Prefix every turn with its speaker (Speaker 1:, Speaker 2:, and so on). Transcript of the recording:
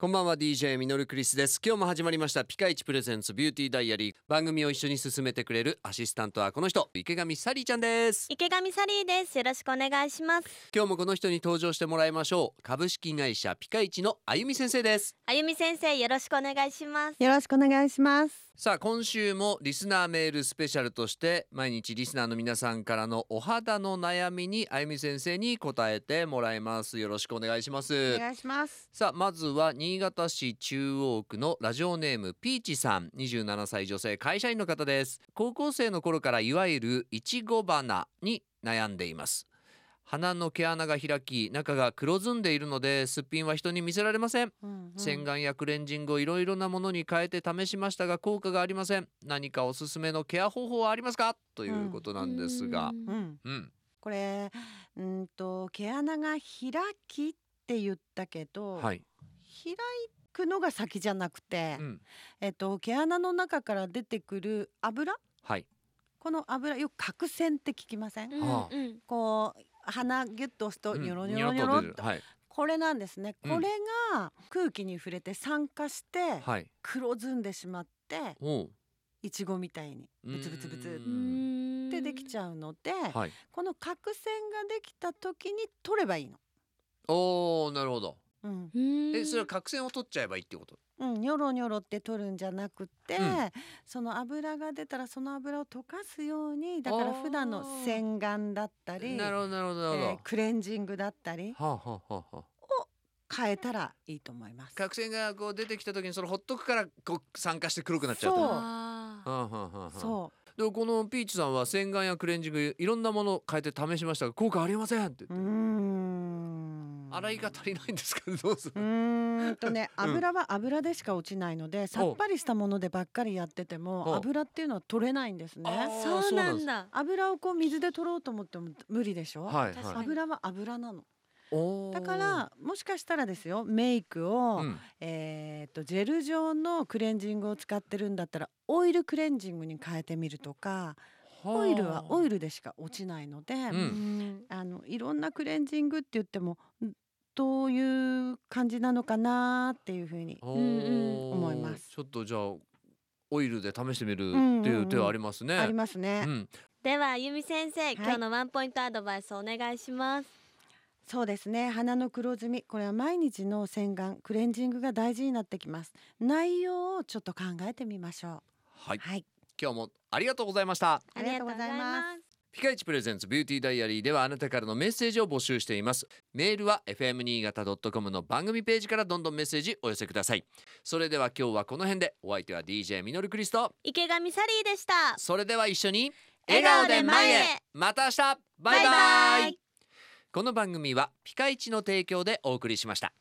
Speaker 1: こんばんは DJ ミノルクリスです今日も始まりましたピカイチプレゼンツビューティーダイアリー番組を一緒に進めてくれるアシスタントはこの人池上サリーちゃんです
Speaker 2: 池上サリーですよろしくお願いします
Speaker 1: 今日もこの人に登場してもらいましょう株式会社ピカイチのあゆみ先生です
Speaker 2: あゆみ先生よろしくお願いします
Speaker 3: よろしくお願いします。
Speaker 1: さあ今週もリスナーメールスペシャルとして毎日リスナーの皆さんからのお肌の悩みにあゆみ先生に答えてもらいますよろしくお願いします
Speaker 3: お願いします。
Speaker 1: さあまずは新潟市中央区のラジオネームピーチさん27歳女性会社員の方です高校生の頃からいわゆるいちご花に悩んでいます鼻の毛穴が開き中が黒ずんでいるのですっぴんは人に見せられません洗顔やクレンジングをいろいろなものに変えて試しましたが効果がありません何かおすすめのケア方法はありますかということなんですが
Speaker 3: う
Speaker 2: うん
Speaker 3: ん、
Speaker 1: うん
Speaker 3: これ、うんと毛穴が開きって言ったけど、
Speaker 1: はい
Speaker 3: 開くのが先じゃなくて、
Speaker 1: うん
Speaker 3: えっと毛穴の中から出てくる油、
Speaker 1: はい
Speaker 3: この油よく角栓って聞きません？
Speaker 2: うん
Speaker 1: はあ
Speaker 2: うん
Speaker 3: こう鼻ギュッと押すと
Speaker 1: うん
Speaker 3: ニョロニ
Speaker 1: ニョ
Speaker 3: ョ
Speaker 1: ロ
Speaker 3: ロ
Speaker 1: と
Speaker 3: ニョロっ
Speaker 1: 出
Speaker 3: と
Speaker 1: てるはい
Speaker 3: これなんですね。
Speaker 1: うん
Speaker 3: これが空気に触れて酸化して
Speaker 1: はい
Speaker 3: 黒ずんでしまって
Speaker 1: おう
Speaker 3: いちごみたいにブツブツブツ
Speaker 1: う
Speaker 2: うんん
Speaker 3: ってできちゃうので、
Speaker 1: はい
Speaker 3: この角栓ができた時に取ればいいの。
Speaker 1: おおなるほど
Speaker 3: うん、
Speaker 2: うん
Speaker 1: えそれは角栓を取っちゃえばいいってこと
Speaker 3: うん、ニョロニョロって取るんじゃなくて、
Speaker 1: うん
Speaker 3: その油が出たらその油を溶かすようにだか
Speaker 1: あ
Speaker 3: ら
Speaker 1: ー
Speaker 3: 普段の洗顔だったり
Speaker 1: なるほどなるほどなる
Speaker 3: えー
Speaker 1: ほ
Speaker 3: クレンジングだったり
Speaker 1: どはあはあはあはあ
Speaker 3: 変えたらいいと思います。
Speaker 1: 角栓がこう出てきた時にそのほっとくからこう酸化して黒くなっちゃうと
Speaker 3: そう
Speaker 1: は
Speaker 2: あ
Speaker 1: あ
Speaker 2: ー
Speaker 1: はあはあはあ
Speaker 3: そ
Speaker 1: でもこのピーチさんは洗顔やクレンジングいろんなものを変えて試しましたが効果ありませんって
Speaker 3: ううーん
Speaker 1: 洗いが足りないんですかどうす
Speaker 3: う
Speaker 1: る
Speaker 3: ーんとね
Speaker 1: うん
Speaker 3: 油は油でしか落ちないので、さっぱりしたものでばっかりやってて
Speaker 1: お
Speaker 3: も油っていうのは取れないんです
Speaker 1: あ
Speaker 3: ね
Speaker 1: ー
Speaker 2: そうなんだ
Speaker 3: 油をこう水で取ろうと思っても無理でしょ、
Speaker 1: はい
Speaker 2: 確
Speaker 1: は
Speaker 2: か
Speaker 1: い
Speaker 2: に
Speaker 3: 油は油なの
Speaker 1: おー
Speaker 3: だからもしかしたらですよメイクを、
Speaker 1: うん
Speaker 3: えーっとジェル状のクレンジングを使ってるんだったらオイルクレンジングに変えてみるとかオイルはオイルでしか落ちないので、
Speaker 1: うん
Speaker 2: うん
Speaker 3: あのいろんなクレンジングって言ってもんどういう感じなのかなっていうふうに
Speaker 1: はあ
Speaker 2: うんうん
Speaker 1: おー
Speaker 3: 思います
Speaker 1: ちょっとじゃあオイルで試してみる
Speaker 3: うんうんうん
Speaker 1: っていう手はありますね
Speaker 3: ありますね。
Speaker 1: うん
Speaker 2: ではあゆみ先生、
Speaker 3: い
Speaker 2: 今日のワンポイントアドバイスお願いします
Speaker 3: そうですね鼻の黒ずみこれは毎日の洗顔クレンジングが大事になってきます内容をちょっと考えてみましょ
Speaker 1: は
Speaker 3: う
Speaker 1: い
Speaker 3: はい
Speaker 1: 今日もありがとうございました
Speaker 3: ありがとうございます
Speaker 1: ピカイチプレゼンツビューティーダイアリーではあなたからのメッセージを募集しています。メールは fm 新潟 .com の番組ページからどんどんメッセージお寄せください。それでは今日はこの辺でお相手は DJ ミノルクリスト。
Speaker 2: 池上サリーでした
Speaker 1: それでは一緒に
Speaker 2: 笑顔で前へ
Speaker 1: また明日バイバイ
Speaker 2: バイバイ
Speaker 1: この番組はピカイチの提供でお送りしました。